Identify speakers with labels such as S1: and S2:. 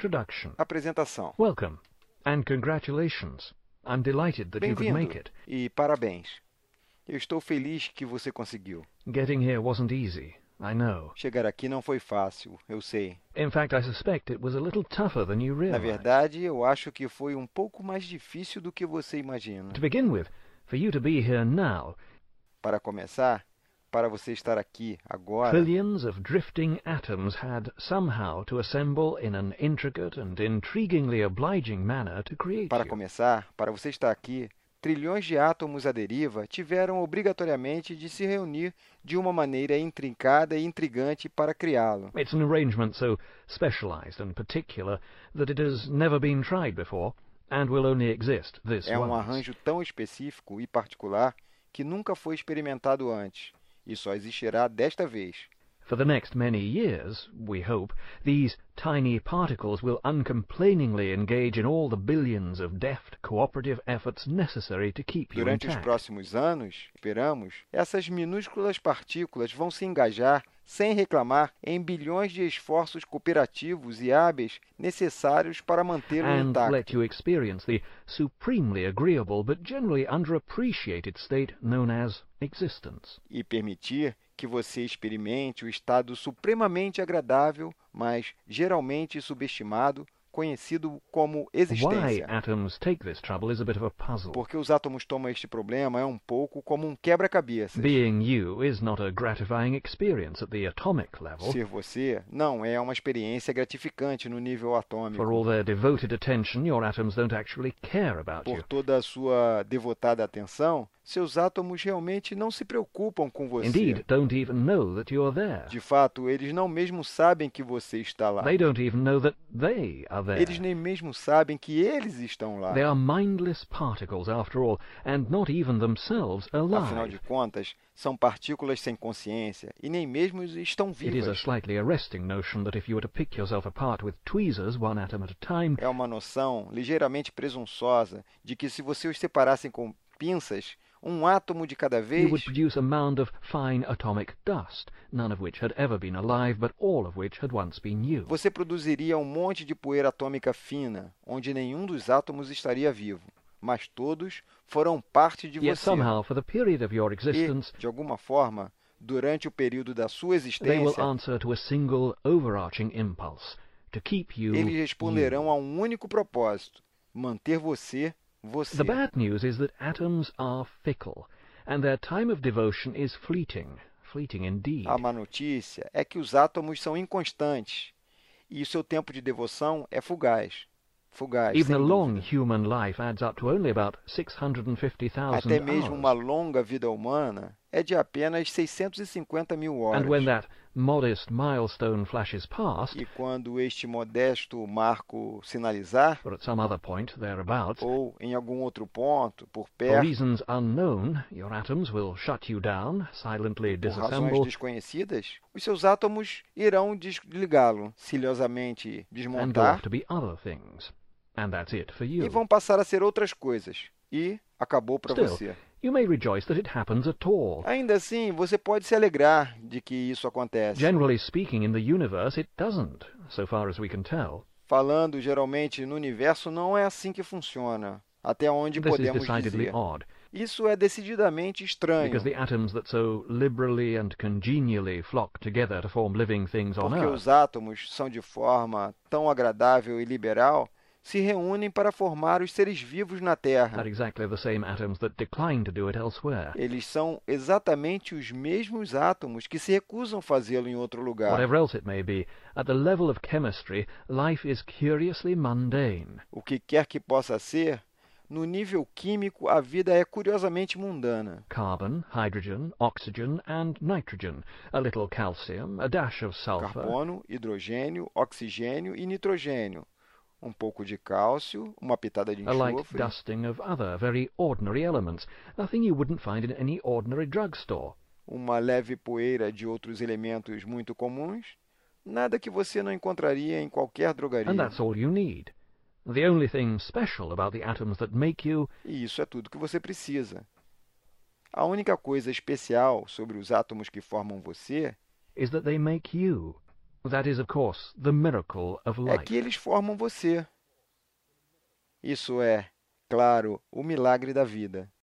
S1: Introduction.
S2: Apresentação.
S1: Welcome. And congratulations. I'm delighted that you could make
S2: Bem-vindo
S1: it.
S2: e parabéns. Eu estou feliz que você conseguiu.
S1: Getting here wasn't easy, I know.
S2: Chegar aqui não foi fácil, eu sei.
S1: In fact, I suspect it was a little tougher than you
S2: Na
S1: realize.
S2: verdade, eu acho que foi um pouco mais difícil do que você imagina.
S1: To begin with, for you to be here now,
S2: Para começar, para você estar aqui agora,
S1: trillions of drifting atoms had somehow to assemble in an intricate and intriguingly obliging manner to create
S2: para
S1: you.
S2: começar, para você estar aqui, trilhões de átomos à deriva tiveram obrigatoriamente de se reunir de uma maneira intrincada e intrigante para criá-lo.
S1: It's an arrangement so specialized and particular that it has never been tried before and will only exist this
S2: É um
S1: once.
S2: arranjo tão específico e particular que nunca foi experimentado antes e só existirá desta vez.
S1: For the next many years, we hope, these tiny particles will uncomplainingly engage in all the billions of deft cooperative efforts necessary to keep you
S2: Durante os
S1: intact.
S2: próximos anos, esperamos, essas minúsculas partículas vão se engajar, sem reclamar, em bilhões de esforços cooperativos e hábeis necessários para mantê-lo
S1: and
S2: intacto.
S1: let you experience the supremely agreeable but generally underappreciated state known as existence.
S2: e permitir que você experimente o estado supremamente agradável, mas geralmente subestimado, conhecido
S1: Why
S2: como existência.
S1: atoms take this trouble is a bit of a puzzle.
S2: Porque os átomos tomam este problema é um pouco como um quebra-cabeças.
S1: Being you is not a gratifying experience at the atomic level.
S2: Ser você não é uma experiência gratificante no nível atômico.
S1: For all their devoted attention, your atoms don't actually care about you.
S2: Por toda a sua devotada atenção, seus átomos realmente não se preocupam com você.
S1: Indeed, don't even know that you're there.
S2: De fato, eles não mesmo sabem que você está lá.
S1: They don't even know that they are there.
S2: Eles nem mesmo sabem que eles estão lá.
S1: They are mindless particles, after all, and not even themselves
S2: Afinal de
S1: alive.
S2: contas, são partículas sem consciência e nem mesmo estão
S1: It is a
S2: vivas.
S1: slightly arresting notion that if you were to pick yourself apart with tweezers, one atom at a time,
S2: É uma noção ligeiramente presunçosa de que se você os separassem com pinças, um átomo de cada
S1: you
S2: vez,
S1: would produce a mound of fine atomic dust, none of which had ever been alive, but all of which had once been you.
S2: você produziria um monte de poeira atômica fina, onde nenhum dos átomos estaria vivo, mas todos foram parte de
S1: Yet
S2: você.
S1: somehow, for the period of your existence,
S2: E, de alguma forma, durante o período da
S1: they
S2: sua
S1: will
S2: existência,
S1: answer to a single overarching impulse to keep you.
S2: eles
S1: you.
S2: responderão a um único propósito: manter você, você.
S1: The bad news is that atoms are fickle, and their time of devotion is fleeting, fleeting indeed.
S2: A má notícia é que os átomos são inconstantes e o seu tempo de devoção é fugaz. Fugaz.
S1: Even
S2: sem
S1: a long
S2: dúvida.
S1: human life adds up to only about 650,000
S2: Até mesmo uma
S1: hours.
S2: longa vida humana é de apenas 650 mil horas.
S1: And when that modest milestone flashes past,
S2: E quando este modesto marco sinalizar,
S1: or at some other point thereabouts,
S2: ou em algum outro ponto, por
S1: for
S2: perto,
S1: reasons unknown, your atoms will shut you down, silently
S2: por razões
S1: disassemble,
S2: desconhecidas, os seus átomos irão desligá-lo, silhosamente
S1: and go off
S2: desmontar,
S1: to be other things. And that's it for
S2: e
S1: you.
S2: vão passar a ser outras coisas. E acabou para
S1: Still,
S2: você.
S1: You may rejoice that it happens at all.
S2: Ainda assim, você pode se alegrar de que isso acontece.
S1: Generally speaking, in the universe, it doesn't, so far as we can tell.
S2: Falando geralmente no universo, não é assim que funciona. Até onde
S1: This is
S2: podemos
S1: decidedly
S2: dizer.
S1: odd,
S2: Isso é decididamente estranho,
S1: because the atoms that so liberally and congenially flock together to form living things on
S2: porque
S1: Earth
S2: os átomos são de forma tão agradável e liberal, se reúnem para formar os seres vivos na
S1: are
S2: Terra.
S1: exactly the same atoms that decline to do it elsewhere.
S2: Eles são exatamente os mesmos átomos que se recusam fazê-lo em outro lugar.
S1: Whatever else it may be, at the level of chemistry, life is curiously mundane.
S2: O que quer que possa ser, no nível químico, a vida é curiosamente mundana.
S1: Carbon, hydrogen, oxygen, and nitrogen, a little calcium, a dash of sulfur,
S2: carbono, hidrogênio, oxigênio e nitrogênio, um pouco de cálcio, uma pitada de
S1: a light
S2: enxofre,
S1: dusting of other very ordinary elements, nothing you wouldn't find in any ordinary drugstore.
S2: uma leve poeira de outros elementos muito comuns, nada que você não encontraria em qualquer
S1: And
S2: drogaria.
S1: that's all you need. The only thing special about the atoms that make you
S2: E isso é tudo que você precisa. A única coisa especial sobre os átomos que formam você
S1: is that they make you. That is, of course, the miracle of
S2: é
S1: life.
S2: que eles formam você. Isso é, claro, o milagre da vida.